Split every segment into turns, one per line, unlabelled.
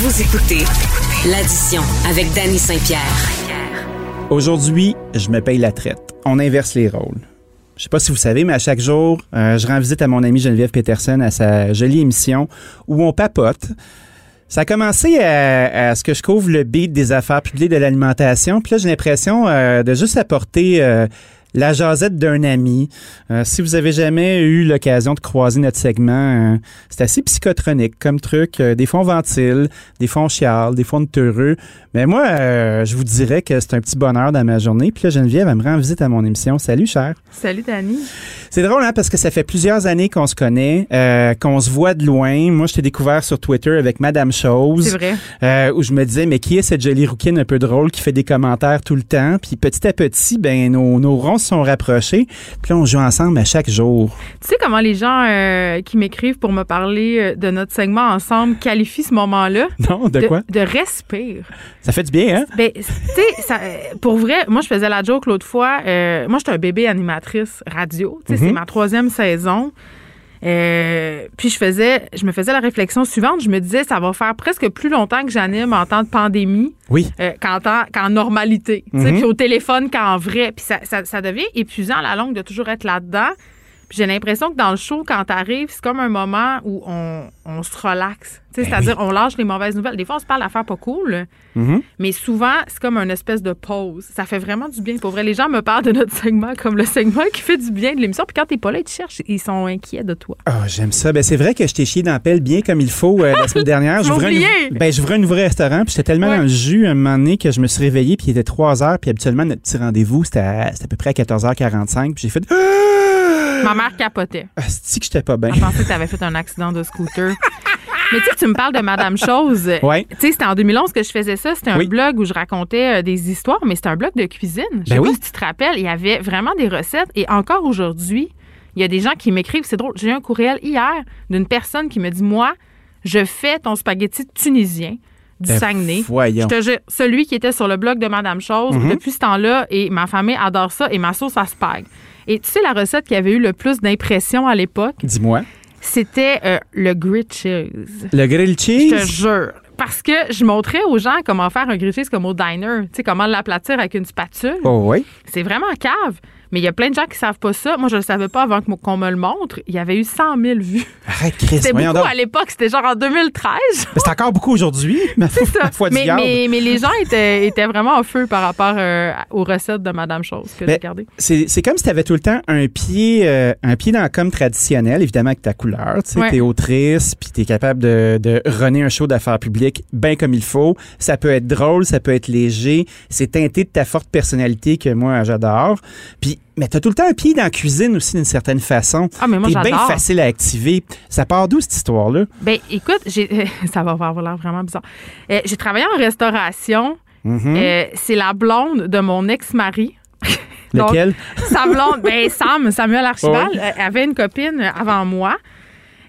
Vous écoutez l'addition avec Danny Saint-Pierre.
Aujourd'hui, je me paye la traite. On inverse les rôles. Je sais pas si vous savez, mais à chaque jour, euh, je rends visite à mon amie Geneviève Peterson à sa jolie émission où on papote. Ça a commencé à, à ce que je couvre le beat des affaires publiques de l'alimentation. Puis là, j'ai l'impression euh, de juste apporter euh, la jasette d'un ami. Euh, si vous avez jamais eu l'occasion de croiser notre segment, euh, c'est assez psychotronique comme truc. Euh, des fois, on ventile, des fois, on chiale, des fois, on est heureux. Mais moi, euh, je vous dirais que c'est un petit bonheur dans ma journée. Puis là, Geneviève, elle me rend visite à mon émission. Salut, cher.
Salut Dani.
C'est drôle, hein, parce que ça fait plusieurs années qu'on se connaît, euh, qu'on se voit de loin. Moi, je t'ai découvert sur Twitter avec Madame Chose.
C'est vrai.
Euh, où je me disais, mais qui est cette jolie rouquine un peu drôle qui fait des commentaires tout le temps? Puis petit à petit, ben, nos, nos ronds se sont rapprochés. Puis là, on joue ensemble à chaque jour.
Tu sais comment les gens euh, qui m'écrivent pour me parler euh, de notre segment ensemble qualifient ce moment-là?
Non, de, quoi?
De respire.
Ça fait du bien, hein?
Ben, tu sais, ça, euh, pour vrai, moi, je faisais la joke l'autre fois. euh, moi, j'étais un bébé animatrice radio. Tu sais,
Mhm.
c'est ma troisième saison. Euh, puis je faisais, je me faisais la réflexion suivante. Je me disais, ça va faire presque plus longtemps que j'anime en temps de pandémie
Oui.
euh, qu'en, temps- qu'en normalité, tu sais,
Mhm.
puis au téléphone qu'en vrai. Puis ça, ça- ça devient épuisant à la longue de toujours être là-dedans. Puis j'ai l'impression que dans le show, quand t'arrives, c'est comme un moment où on, on se relaxe.
Ben
Tu sais, C'est-à-dire, on lâche les mauvaises nouvelles. Des fois, on se parle d'affaires pas cool,
Mhm.
mais souvent, c'est comme une espèce de pause. Ça fait vraiment du bien. Pour vrai, les gens me parlent de notre segment comme le segment qui fait du bien de l'émission. Puis quand t'es pas là, ils te cherchent. Ils sont inquiets de toi.
Ah, j'aime ça. Ben, c'est vrai que je t'ai chié dans la pelle bien comme il faut euh, la semaine dernière.
Tu m'as
J'ouvrais un,
oublié.
nou- ben, j'ouvrais un nouveau restaurant, puis j'étais tellement
Ouais.
dans le jus à un moment donné que je me suis réveillé, puis il était 3 heures, puis habituellement, notre petit rendez-vous, c'était à, c'était à peu près à 14h45, puis j'ai fait Ah,
Ma mère capotait.
c'est que j'étais pas bien.
Je pensais que tu avais fait un accident de scooter. Mais tu sais, tu me parles de Madame Chose.
Ouais.
Tu sais, c'était en 2011 que je faisais ça. C'était un
Oui.
blog où je racontais euh, des histoires, mais c'était un blog de cuisine. Je sais
Ben
pas
oui.
si tu te rappelles, il y avait vraiment des recettes. Et encore aujourd'hui, il y a des gens qui m'écrivent. C'est drôle. J'ai eu un courriel hier d'une personne qui me dit Moi, je fais ton spaghetti tunisien du
Ben,
Saguenay.
Voyons. Mm-hmm.
Je te jure, celui qui était sur le blog de Madame Chose depuis ce temps-là, et ma famille adore ça, et ma sauce à spag. Et tu sais la recette qui avait eu le plus d'impression à l'époque?
Dis-moi.
C'était euh, le grilled cheese.
Le grill
Je te
cheese?
jure. Parce que je montrais aux gens comment faire un grilled cheese comme au diner. Tu sais, comment l'aplatir avec une spatule.
Oh, oui.
C'est vraiment cave. Mais il y a plein de gens qui savent pas ça. Moi, je le savais pas avant que- qu'on me le montre. Il y avait eu 100 000 vues.
Arrête, Chris.
C'était
voyons
beaucoup
donc.
à l'époque. C'était genre en 2013.
Mais c'est encore beaucoup aujourd'hui, ma, foi-
C'est ça.
ma foi du
mais,
garde.
mais, mais les gens étaient, étaient vraiment en feu par rapport euh, aux recettes de Madame Chose que
Mais-
j'ai gardées.
C'est c'est comme si tu avais tout le temps un pied, euh, un pied dans la com traditionnel, évidemment, avec ta couleur. Tu sais,
Ouais.
t'es autrice, puis t'es capable de, de runner un show d'affaires publiques bien comme il faut. Ça peut être drôle, ça peut être léger. C'est teinté de ta forte personnalité que moi, j'adore. Puis, mais t'as tout le temps un pied dans la cuisine aussi, d'une certaine façon.
Ah, mais moi,
T'es bien
j'adore.
facile à activer. Ça part d'où, cette histoire-là?
Ben, écoute, j'ai- ça va avoir l'air vraiment bizarre. Euh, j'ai travaillé en restauration.
Mhm.
Euh, c'est la blonde de mon ex-mari. Donc,
Lequel?
Sa blonde, ben Sam, Samuel Archibald,
Ouais.
euh, avait une copine avant moi.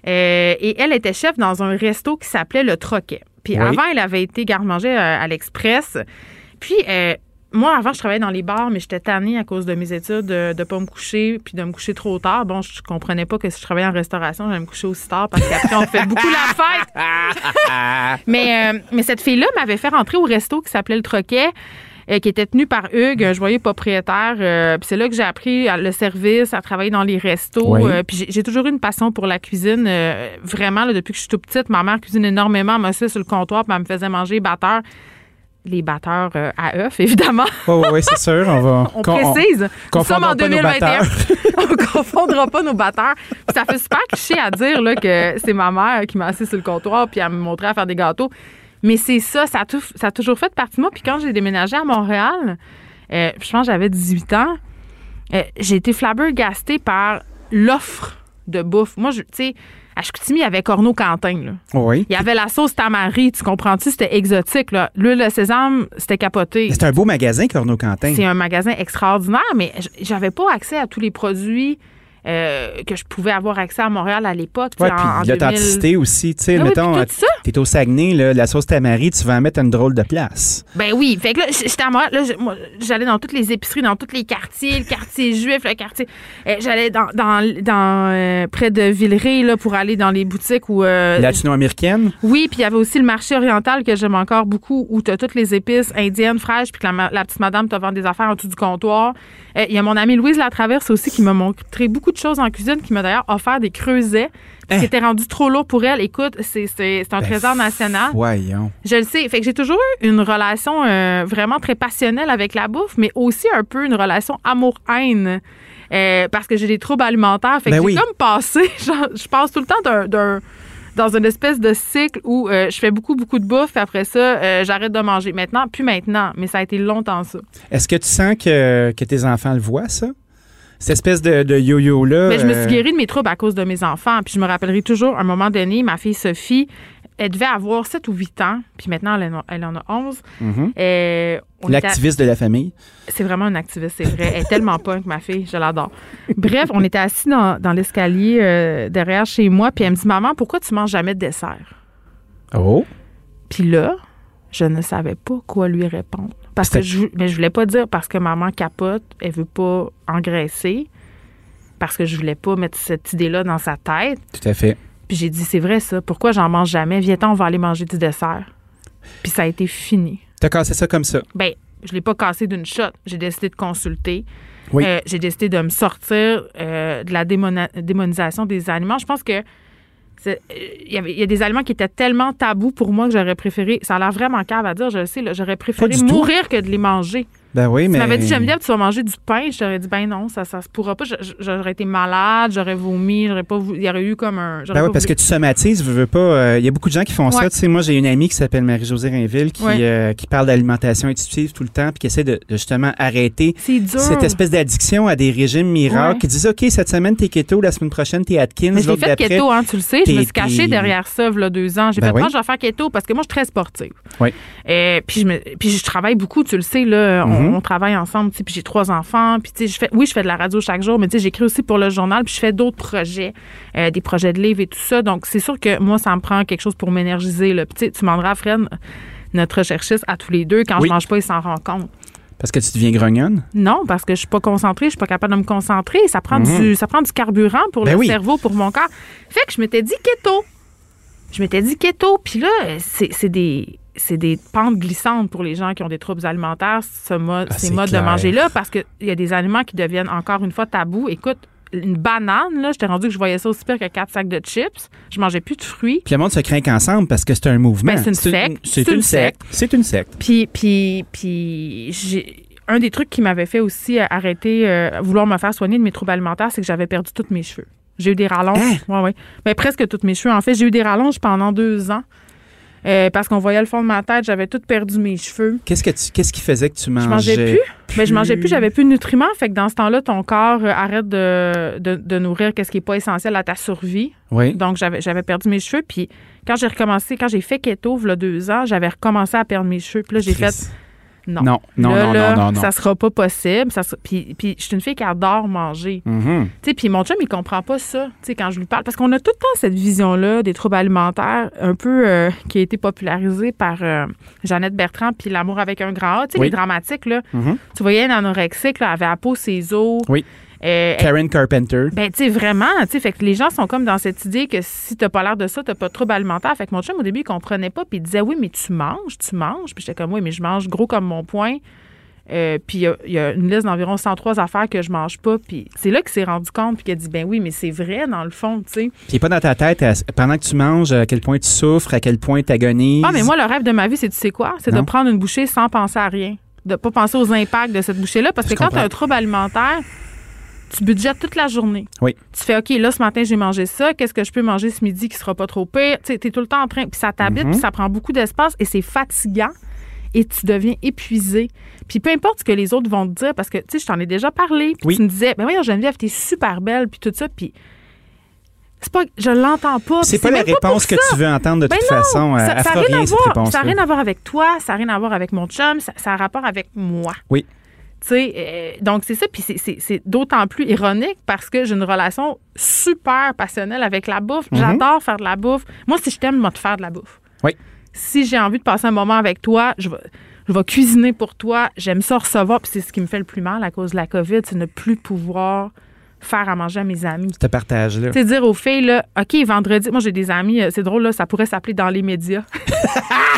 Euh, et elle était chef dans un resto qui s'appelait Le Troquet. Puis
Oui.
avant, elle avait été garde-manger euh, à l'Express. Puis euh, moi, avant, je travaillais dans les bars, mais j'étais tannée à cause de mes études euh, de ne pas me coucher puis de me coucher trop tard. Bon, je comprenais pas que si je travaillais en restauration, j'allais me coucher aussi tard parce qu'après, on fait beaucoup la fête. Mais, euh, mais cette fille-là m'avait fait rentrer au resto qui s'appelait Le Troquet. euh, qui était tenu par Hugues, un joyeux propriétaire. Euh, puis c'est là que j'ai appris à- le service, à travailler dans les restos.
Oui.
Euh, puis j'ai- j'ai toujours eu une passion pour la cuisine. euh, vraiment, là, depuis que je suis toute petite, ma mère cuisine énormément. Elle me sur le comptoir, puis elle me faisait manger batteur. Les batteurs euh, à œufs, évidemment.
Oh, oui, c'est sûr. On va.
On
qu'on- on-
précise. Nous sommes
confondons
en
pas nos
2021. on confondra pas nos batteurs. Puis ça fait super cliché à dire là, que c'est ma mère qui m'a assise sur le comptoir puis elle me montrait à faire des gâteaux. Mais c'est ça, ça a, tout- ça a toujours fait partie de moi. Puis quand j'ai déménagé à Montréal, euh, je pense que j'avais 18 ans, euh, j'ai été flabbergastée par l'offre de bouffe. Moi, je- tu sais, à Chicoutimi, il y avait Corneau Quentin. là.
Oui.
Il y avait la sauce tamari, tu comprends-tu? C'était exotique. là. L'huile de sésame, c'était capoté.
C'est un beau magasin, Corneau Quentin.
C'est un magasin extraordinaire, mais j- j'avais pas accès à tous les produits euh, que je pouvais avoir accès à Montréal à l'époque. tu
Ouais,
sais, en-
puis
en 2000.
l'authenticité aussi, tu sais,
Ah oui,
mettons, euh,
puis tout ça.
t'es au Saguenay, là, la sauce tamari, tu vas en mettre à une drôle de place.
Ben oui. Fait que là, j- j'étais à Montréal. Là, j- moi, j'allais dans toutes les épiceries, dans tous les quartiers, le quartier juif, le quartier. euh, j'allais dans, dans, dans, euh, près de Villeray là, pour aller dans les boutiques où. euh,
Latino-américaine,
oui, puis il y avait aussi le marché oriental que j'aime encore beaucoup, où tu as toutes les épices indiennes fraîches, puis que la, ma- la petite madame te vend des affaires en dessous du comptoir. Euh, Il y a mon amie Louise Latraverse aussi qui m'a montré beaucoup de choses en cuisine, qui m'a d'ailleurs offert des creusets, puis
Hein? Ben,
qui étaient rendus trop lourds pour elle. Écoute, c'est c'est- c'est un trésor national.
voyons.
Je le sais. Fait que j'ai toujours eu une relation euh, vraiment très passionnelle avec la bouffe, mais aussi un peu une relation amour-haine. Euh, parce que j'ai des troubles alimentaires. Fait que
Ben
j'ai
oui.
comme passé, genre, je passe tout le temps d'un- d'un- dans une espèce de cycle où euh, je fais beaucoup, beaucoup de bouffe, puis après ça, euh, j'arrête de manger. Maintenant, plus maintenant, mais ça a été longtemps ça.
Est-ce que tu sens que, que tes enfants le voient, ça? Cette espèce de, de yo-yo-là.
Mais je me
euh,
suis guérie de mes troubles à cause de mes enfants. Puis je me rappellerai toujours, à un moment donné, ma fille Sophie, elle devait avoir 7 ou 8 ans, puis maintenant, elle en a, elle en a 11.
mhm.
Euh, on était à-
L'activiste de la famille.
C'est vraiment une activiste, c'est vrai. Elle est tellement punk, ma fille. Je l'adore. Bref, on était assis dans, dans l'escalier euh, derrière chez moi, puis elle me dit Maman, pourquoi tu manges jamais de dessert
Oh.
Puis là, je ne savais pas quoi lui répondre. Parce que
C'était-
je, vou- mais je voulais pas dire parce que maman capote, elle veut pas engraisser, parce que je voulais pas mettre cette idée-là dans sa tête.
Tout à fait.
Puis j'ai dit C'est vrai ça, pourquoi j'en mange jamais Viens-t'en, on va aller manger du dessert. Puis ça a été fini.
T'as cassé ça comme ça.
Ben, je l'ai pas cassé d'une shot. J'ai décidé de consulter.
Oui.
Euh, j'ai décidé de me sortir euh, de la démona- démonisation des aliments. Je pense que c'est- euh, il y, avait- il y a des aliments qui étaient tellement tabous pour moi que j'aurais préféré. Ça a l'air vraiment cave à dire, je le sais, là, j'aurais préféré
du tout.
mourir que de les manger.
Ben oui, mais.
Tu m'avais dit, j'aime bien, tu vas manger du pain. Je t'aurais dit, ben non, ça, ça se pourra pas. Je- je- J'aurais été malade, j'aurais vomi, j'aurais pas. vou- Il y aurait eu comme un. j'aurais
Ben oui,
pas
parce que
voulu.
tu somatises, veux, veux pas. euh, Il y a beaucoup de gens qui font
Ouais.
ça. Tu sais, moi, j'ai une amie qui s'appelle Marie-Josée Rainville qui,
Ouais.
euh, qui parle d'alimentation intuitive tout le temps puis qui essaie de, de justement arrêter
c'est dur.
cette espèce d'addiction à des régimes miracles
Ouais.
qui disent OK, cette semaine, t'es keto, la semaine prochaine, t'es Atkins,
Mais je l'ai
l'autre
fait
d'après.
keto, hein, tu le sais. Je me
t'es-
suis cachée
t'es-
derrière ça, il y a deux ans. J'ai
Ben
fait,
oui.
ah, je vais faire keto parce que moi, je suis très sportive.
Oui.
Euh, puis, je me- puis je travaille beaucoup, tu le sais, là, on,
Mhm.
on travaille ensemble. tu sais, Puis j'ai trois enfants. Puis tu sais, je fais, oui, je fais de la radio chaque jour, mais tu sais, j'écris aussi pour le journal. Puis je fais d'autres projets, euh, des projets de livres et tout ça. Donc c'est sûr que moi, ça me prend quelque chose pour m'énergiser. là. Puis tu sais, tu demanderas, Fred, notre recherchiste, à tous les deux, quand
Oui.
je mange pas, il s'en rend compte.
Parce que tu deviens grognonne.
Non, parce que je suis pas concentrée, je suis pas capable de me concentrer. Ça prend,
Mhm.
du, ça prend du carburant pour
Ben
le
oui.
cerveau, pour mon corps. Fait que je m'étais dit keto. Je m'étais dit keto. Puis là, c'est c'est des, c'est des pentes glissantes pour les gens qui ont des troubles alimentaires, ce mode,
Ah,
ces
c'est
modes
clair.
de manger-là, parce qu'il y a des aliments qui deviennent encore une fois tabous. Écoute, une banane, là, j'étais rendu que je voyais ça aussi pire que quatre sacs de chips. Je mangeais plus de fruits.
Puis le monde se craque ensemble parce que c'est un mouvement.
Ben, c'est une secte.
C'est
C'est
une
une
secte. C'est une secte.
Puis, puis, puis j'ai- un des trucs qui m'avait fait aussi euh, arrêter, euh, vouloir me faire soigner de mes troubles alimentaires, c'est que j'avais perdu tous mes cheveux. J'ai eu des rallonges. Ouais, ouais. Mais presque tous mes cheveux. En fait, j'ai eu des rallonges pendant deux ans. Euh, parce qu'on voyait le fond de ma tête, j'avais tout perdu mes cheveux.
Qu'est-ce que tu, qu'est-ce qui faisait que tu mangeais?
Je mangeais plus. Mais je mangeais plus, j'avais plus de nutriments. Fait que dans ce temps-là, ton corps euh, arrête de, de, de nourrir qu'est-ce qui est pas essentiel à ta survie.
Oui.
Donc, j'avais j'avais perdu mes cheveux. Puis quand j'ai recommencé, quand j'ai fait keto, il y a deux ans, j'avais recommencé à perdre mes cheveux. Puis là, j'ai fait
Triste.
non.
Non, non,
là,
non,
là,
non, non, non.
Ça sera pas possible. Ça sera- Puis, puis je suis une fille qui adore manger.
Mhm.
Tu sais, puis mon chum, il comprend pas ça, tu sais, quand je lui parle. Parce qu'on a tout le temps cette vision-là des troubles alimentaires, un peu euh, qui a été popularisée par euh, Jeannette Bertrand, puis l'amour avec un grand A. Tu sais,
Oui.
les dramatiques, là.
Mhm.
Tu voyais une anorexique, là, avait à peau ses os.
Oui.
Euh, elle-
Karen Carpenter.
ben, tu sais, vraiment, tu sais, fait que les gens sont comme dans cette idée que si t'as pas l'air de ça, t'as pas de trouble alimentaire. Fait que mon chum, au début, il comprenait pas, puis il disait, oui, mais tu manges, tu manges. Puis j'étais comme, oui, mais je mange gros comme mon poing. Euh, puis il y a- il y, a une liste d'environ 103 affaires que je mange pas. Puis c'est là qu'il s'est rendu compte, puis qu'il a dit, ben oui, mais c'est vrai, dans le fond, tu sais.
Puis pas dans ta tête à- pendant que tu manges, à quel point tu souffres, à quel point tu agonises.
Ah, mais moi, le rêve de ma vie, c'est, tu sais quoi? C'est de
Non.
prendre une bouchée sans penser à rien. De pas penser aux impacts de cette bouchée-là. Parce
Je
que quand tu as
comprends.
un trouble alimentaire, tu budgètes toute la journée.
Oui.
Tu fais, OK, là, ce matin, j'ai mangé ça. Qu'est-ce que je peux manger ce midi qui sera pas trop pire? Tu es tout le temps en train. Puis ça t'habite,
Mhm.
puis ça prend beaucoup d'espace et c'est fatigant. Et tu deviens épuisé. Puis peu importe ce que les autres vont te dire, parce que, tu sais, je t'en ai déjà parlé. Puis
Oui.
tu me disais, ben voyons, Geneviève, t'es super belle, puis tout ça. Puis c'est pas, je l'entends pas. puis
c'est pas la
même pour
réponse que
ça.
tu veux entendre de
Ben
toute
non,
façon. euh,
Ça
Elle
n'a
fera
rien,
rien,
à
cette
voir. Ça a
réponse-là.
rien à voir avec toi, ça n'a rien à voir avec mon chum, ça, ça a rapport avec moi.
Oui.
Tu sais, euh, donc c'est ça, puis c'est- c'est c'est d'autant plus ironique parce que j'ai une relation super passionnelle avec la bouffe. J'adore faire de la bouffe. Moi, si je t'aime, moi, te faire de la bouffe.
Mm-hmm. Oui.
Si j'ai envie de passer un moment avec toi, je vais, je vais cuisiner pour toi. J'aime ça recevoir, puis c'est ce qui me fait le plus mal à cause de la COVID, c'est ne plus pouvoir faire à manger à mes amis.
Ce partage-là.
Tu sais, dire aux filles, là, OK, vendredi, moi j'ai des amis, euh, c'est drôle, là, ça pourrait s'appeler dans les médias.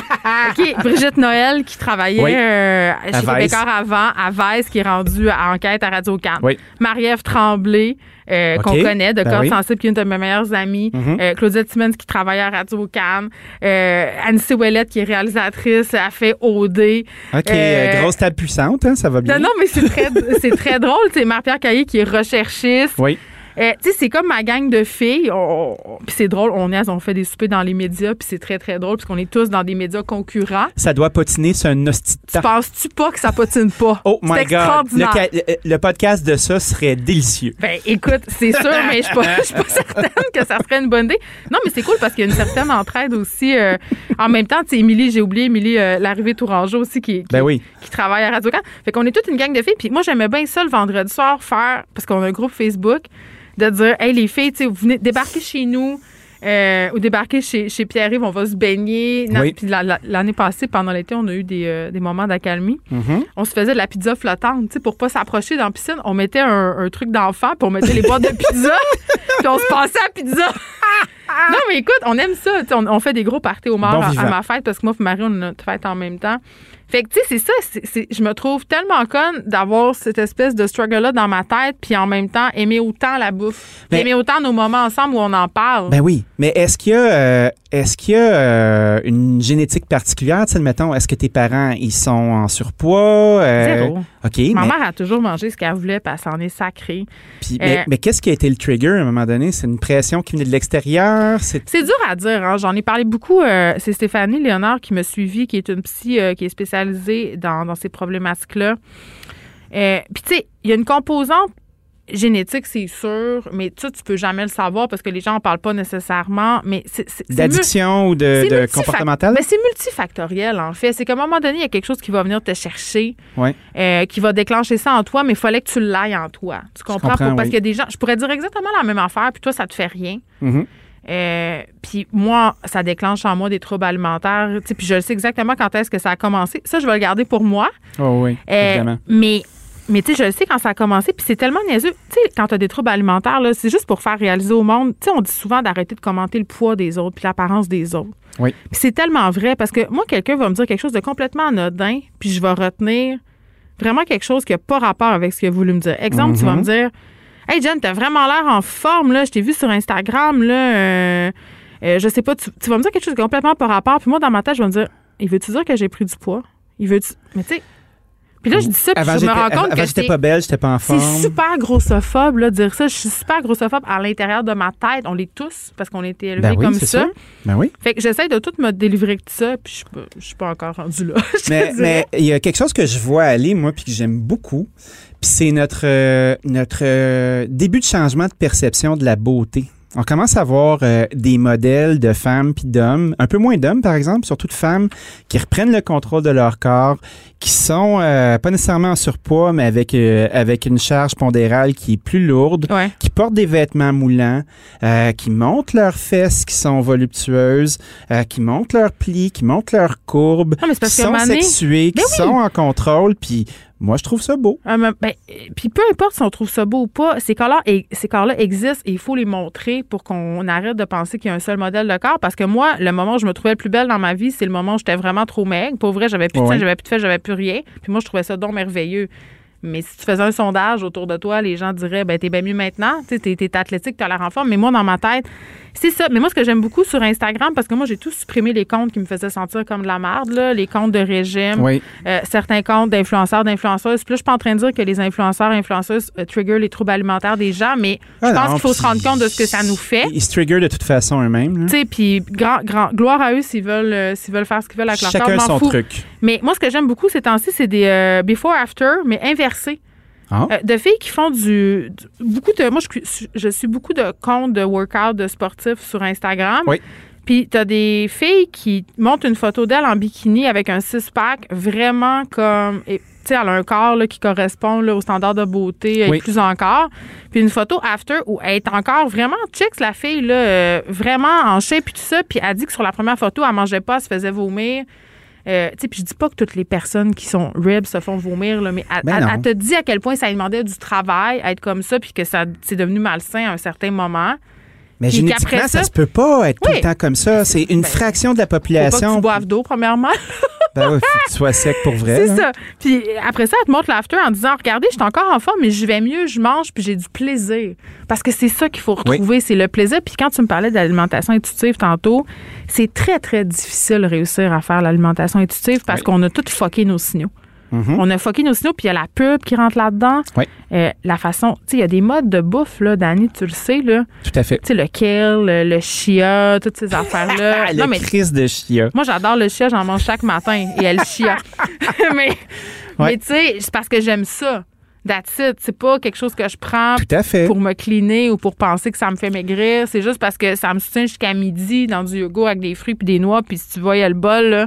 OK, Brigitte Noël qui travaillait
Oui.
euh, chez
Vice.
Québécois avant, à Vice, qui est rendue à enquête à radio can
Oui.
Marie-Ève Tremblay, euh,
OK,
qu'on connaît, de
ben
Corps
oui.
Sensible, qui est une de mes meilleures amies.
Mhm.
Euh, Claudette Simmons, qui travaille à radio can Euh, Anne Ouellette, qui est réalisatrice, a fait OD.
OK,
Euh,
euh, grosse table puissante, hein, ça va bien.
Non, non, mais c'est très, c'est très drôle. C'est Marie-Pierre Caillé qui est recherchiste.
Oui.
Euh, tu sais, c'est comme ma gang de filles. on- on- puis c'est drôle, on, est, on fait des soupers dans les médias, puis c'est très, très drôle, parce qu'on est tous dans des médias concurrents.
Ça doit potiner, c'est un hostie de
Tu
temps.
penses-tu pas que ça potine pas?
Oh
c'est
my God! Le,
extraordinaire.
ca- le- le podcast de ça serait délicieux.
Ben, écoute, c'est sûr, mais je suis pas- je suis pas, certaine que ça serait une bonne idée. Non, mais c'est cool parce qu'il y a une certaine entraide aussi. euh, en même temps, tu sais, Émilie, j'ai oublié Émilie euh, l'arrivée Tourangeau aussi qui, qui,
Ben oui.
qui travaille à Radio Can. Fait qu'on est toute une gang de filles. Puis moi, j'aimais bien ça le vendredi soir faire, parce qu'on a un groupe Facebook, de dire, hey, les filles, tu sais, vous venez débarquer chez nous. euh, ou débarquer chez, chez Pierre-Yves, on va se baigner. Non,
Oui.
Puis la- la- l'année passée, pendant l'été, on a eu des, euh, des moments d'accalmie
Mhm.
on se faisait de la pizza flottante, tu sais, pour pas s'approcher dans la piscine. On mettait un, un truc d'enfant, puis on mettait les boîtes de pizza, puis on se passait à pizza. non, mais écoute, on aime ça. tu sais, On, on fait des gros parties au
Bon
mort à,
vivant.
ma fête, parce que moi et Marie, on a notre fête en même temps. Fait que, tu sais, c'est ça. c'est- c'est- je me trouve tellement conne d'avoir cette espèce de struggle-là dans ma tête, puis en même temps, aimer autant la bouffe. puis
Mais-
aimer autant nos moments ensemble où on en parle.
Ben oui, mais est-ce qu'il y a, euh, est-ce qu'il y a euh, une génétique particulière, tu sais, mettons, est-ce que tes parents, ils sont en surpoids? euh,
Zéro.
OK,
Ma
mais,
mère a toujours mangé ce qu'elle voulait, puis elle s'en est sacrée.
puis- mais,
euh,
mais qu'est-ce qui a été le trigger à un moment donné? C'est une pression qui venait de l'extérieur? C'est...
C'est dur à dire. hein. J'en ai parlé beaucoup. euh, c'est Stéphanie Léonard qui me suivit, qui est une psy euh, qui est spécialisée dans, dans ces problématiques-là. Euh, Puis, tu sais, il y a une composante génétique, c'est sûr, mais ça, tu peux jamais le savoir parce que les gens n'en parlent pas nécessairement. Mais c'est c'est- c'est mu-
D'addiction ou de,
c'est
de
multifac-
comportemental?
Ben, c'est multifactoriel, en fait. C'est qu'à un moment donné, il y a quelque chose qui va venir te chercher,
Ouais.
euh, qui va déclencher ça en toi, mais il fallait que tu l'ailles en toi. Tu comprends?
comprends,
Pour-
oui.
parce qu'il y a des gens, je pourrais dire exactement la même affaire, puis toi, ça te fait rien.
Mhm.
Euh, puis moi, ça déclenche en moi des troubles alimentaires. tu sais, Puis je sais exactement quand est-ce que ça a commencé. Ça, je vais le garder pour moi.
Oh oui,
Euh,
évidemment.
mais mais tu sais, je le sais quand ça a commencé, puis c'est tellement niaiseux. Tu sais, quand tu as des troubles alimentaires, là, c'est juste pour faire réaliser au monde. Tu sais, on dit souvent d'arrêter de commenter le poids des autres puis l'apparence des autres.
Oui.
Puis c'est tellement vrai parce que moi, quelqu'un va me dire quelque chose de complètement anodin, puis je vais retenir vraiment quelque chose qui n'a pas rapport avec ce qu'il a voulu me dire. Exemple, tu vas
Mhm.
me dire Hey Jen, t'as vraiment l'air en forme, là. Je t'ai vu sur Instagram, là. euh, euh, je sais pas, tu, tu vas me dire quelque chose de complètement par rapport. Puis moi, dans ma tête, je vais me dire Il veut-tu dire que j'ai pris du poids Il veut-tu. Mais tu sais. Puis là, je dis ça, puis
Avant,
je me
j'étais,
rends
avant,
compte que
j'étais
c'est-
pas belle, j'étais pas en
c'est
forme.
super grossophobe, là, de dire ça. Je suis super grossophobe à l'intérieur de ma tête. On l'est tous parce qu'on a été élevés
Ben oui,
comme
c'est
ça.
sûr. Ben oui.
Fait que j'essaie de tout me délivrer de ça, puis je suis pas- je suis pas encore rendue là. je te
Mais
dirais.
mais il y a quelque chose que je vois aller, moi, puis que j'aime beaucoup. Puis c'est notre, euh, notre euh, début de changement de perception de la beauté. On commence à voir euh, des modèles de femmes puis d'hommes, un peu moins d'hommes, par exemple, surtout de femmes qui reprennent le contrôle de leur corps, qui sont euh, pas nécessairement en surpoids, mais avec, euh, avec une charge pondérale qui est plus lourde,
Ouais.
qui portent des vêtements moulants, euh, qui montent leurs fesses qui sont voluptueuses, euh, qui montent leurs plis, qui montent leurs courbes,
Non, mais c'est
qui
parce qu'à un
sont
moment donné-
sexués, qui
Ben oui.
sont en contrôle, puis moi, je trouve ça beau.
Ah, mais- ben, euh, puis peu importe si on trouve ça beau ou pas, ces corps-là et- ces corps-là existent et il faut les montrer pour qu'on arrête de penser qu'il y a un seul modèle de corps. Parce que moi, le moment où je me trouvais le plus belle dans ma vie, c'est le moment où j'étais vraiment trop maigre. Pour vrai, j'avais plus de
Ouais.
sein, j'avais plus de fesses, j'avais plus rien. Puis moi, je trouvais ça donc merveilleux. Mais si tu faisais un sondage autour de toi, les gens diraient ben t'es bien mieux maintenant, tu sais, t'es, t'es athlétique, t'as l'air en forme. Mais moi, dans ma tête, c'est ça. Mais moi, ce que j'aime beaucoup sur Instagram, parce que moi, j'ai tout supprimé les comptes qui me faisaient sentir comme de la merde, là, les comptes de régime,
Oui.
euh, certains comptes d'influenceurs, d'influenceuses. Puis là, je suis pas en train de dire que les influenceurs, influenceuses euh, trigger les troubles alimentaires des gens, mais je pense qu'il faut se rendre compte de ce que ça nous fait.
Ah, Ils se trigger de toute façon eux-mêmes. là.
Tu sais, puis grand, grand, gloire à eux s'ils veulent, euh, s'ils veulent faire ce qu'ils veulent avec leur corps.
Chacun
je m'en
son
fous.
truc.
Mais moi, ce que j'aime beaucoup ces temps-ci, c'est des euh, before-after, mais inversés.
Ah.
Euh, de filles qui font du, du- beaucoup de moi je, suis- je suis beaucoup de comptes de workout de sportifs sur Instagram.
Oui.
Puis t'as des filles qui montent une photo d'elle en bikini avec un six-pack vraiment comme... et- Tu sais, elle a un corps là, qui correspond là, aux standards de beauté euh, et
Oui.
plus encore. Puis une photo after où elle est encore vraiment chicks, la fille, là, euh, vraiment en shape puis tout ça. Puis elle dit que sur la première photo, elle mangeait pas, elle se faisait vomir. Euh, tu sais, puis je dis pas que toutes les personnes qui sont ribs se font vomir, là, mais elle,
Ben
elle-
non.
elle te dit à quel point ça lui demandait du travail, être comme ça, puis que ça c'est devenu malsain à un certain moment.
Mais
Puis
génétiquement,
qu'après
ça,
ça-
se peut pas être tout
Oui.
le temps comme ça. C'est une
Ben,
fraction de la
Faut pas que tu
population.
boives d'eau, premièrement.
Ben oui, faut que tu sois sec pour vrai. là.
C'est ça. Puis après ça, elle te montre l'after en disant Regardez, je suis encore en forme, mais je vais mieux, je mange, puis j'ai du plaisir. Parce que c'est ça qu'il faut retrouver, c'est le plaisir. Puis quand tu me parlais de l'alimentation intuitive tantôt, c'est très, très difficile de réussir à faire l'alimentation intuitive parce
Oui.
qu'on a tout fucké nos signaux.
Mhm.
On a fucké nos signaux, puis il y a la pub qui rentre là-dedans.
Oui.
Euh, la façon, tu sais, il y a des modes de bouffe, là, Dani, tu le sais, là.
Tout à fait.
Tu sais, le kale, le, le chia, toutes ces affaires-là.
Ah, le crise de chia.
Moi, j'adore le chia, j'en mange chaque matin et elle chia. mais mais
Ouais.
tu sais, c'est parce que j'aime ça. That's it. C'est pas quelque chose que je prends
Tout à fait.
pour me cliner ou pour penser que ça me fait maigrir. C'est juste parce que ça me soutient jusqu'à midi dans du yogourt avec des fruits puis des noix. Puis si tu voyais le bol, là,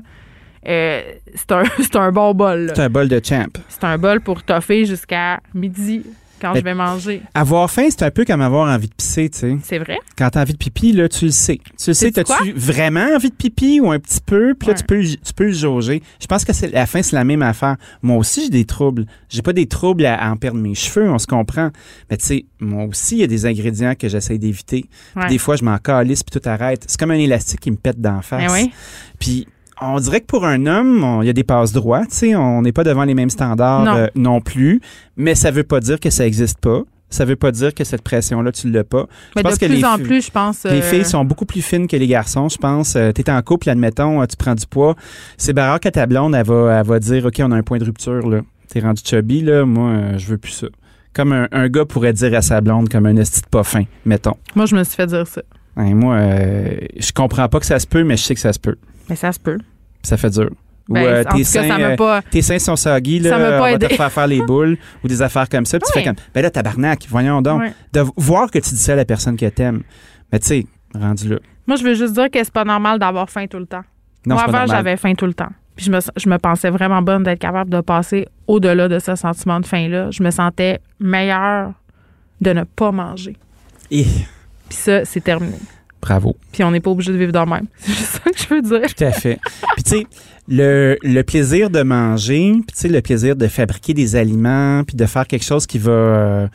euh, c'est un, c'est un bon bol. là.
C'est un bol de champ.
C'est un bol pour toffer jusqu'à midi quand
Mais-
je vais manger.
Avoir faim, c'est un peu comme avoir envie de pisser, tu sais.
C'est vrai?
Quand t'as envie de pipi, là, tu le sais. Tu le sais,
Sais-tu
t'as-tu vraiment envie de pipi ou un petit peu? Puis là,
Ouais.
tu, peux, le- tu peux le jauger. Je pense que c'est, la fin, c'est la même affaire. Moi aussi, j'ai des troubles. J'ai pas des troubles à, à en perdre mes cheveux, on se comprend. Mais tu sais, moi aussi, il y a des ingrédients que j'essaie d'éviter. Puis
Ouais.
Des fois, je m'en calisse, puis tout arrête. C'est comme un élastique qui me pète d'en
Ben
face.
oui.
Puis on dirait que pour un homme, on- il y a des passes droits, tu sais, on n'est pas devant les mêmes standards
Non.
euh, non plus, mais ça veut pas dire que ça existe pas. Ça veut pas dire que cette pression-là, tu l'as pas.
Mais Ben, de
pense que
plus
les
en
filles-
plus, je pense.
Les
euh,
filles sont beaucoup plus fines que les garçons, je pense. Euh, T'es en couple, admettons, euh, tu prends du poids. C'est barreur que ta blonde, elle va, elle va dire, OK, on a un point de rupture, là. T'es rendu chubby, là, moi, euh, je veux plus ça. Comme un, un gars pourrait dire à sa blonde, comme un esti de pas fin, mettons.
Moi, je me suis fait dire ça.
Hein, moi, euh, je comprends pas que ça se peut, mais je sais que ça se peut.
Mais Ben, ça se peut.
Ça fait dur. Ou,
Ben,
euh,
en tout
tes
cas, ça
seins,
m'a
euh,
pas.
tes seins sont soggy, là,
Ça m'a pas
on va
aidé.
te faire faire les boules ou des affaires comme ça. Puis
Ouais.
tu fais comme, ben là, tabarnak, voyons donc.
Ouais.
De voir que tu dis ça à la personne que t'aimes. Mais tu sais, rendu là.
Moi, je veux juste dire que c'est pas normal d'avoir faim tout le temps.
Non,
Moi,
c'est pas
avant,
normal.
j'avais faim tout le temps. Puis je me, je me pensais vraiment bonne d'être capable de passer au-delà de ce sentiment de faim-là. Je me sentais meilleure de ne pas manger.
Et...
Puis ça, c'est terminé.
Bravo.
Puis on n'est pas obligé de vivre dans le même. C'est juste ça que je veux dire.
Tout à fait. Puis tu sais, le, le plaisir de manger, puis tu sais, le plaisir de fabriquer des aliments, puis de faire quelque chose qui va... euh,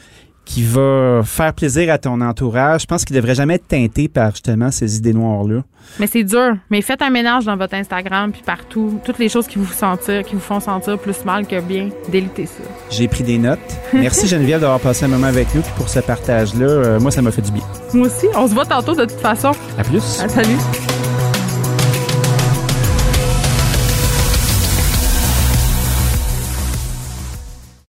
qui va faire plaisir à ton entourage, je pense qu'il devrait jamais être teinté par justement ces idées noires-là.
Mais c'est dur. Mais faites un ménage dans votre Instagram, puis partout. Toutes les choses qui vous, sentir, qui vous font sentir plus mal que bien, délitez ça.
J'ai pris des notes. Merci Geneviève d'avoir passé un moment avec nous puis pour ce partage-là. euh, moi, ça m'a fait du bien.
Moi aussi, on se voit tantôt de toute façon.
À plus.
À salut!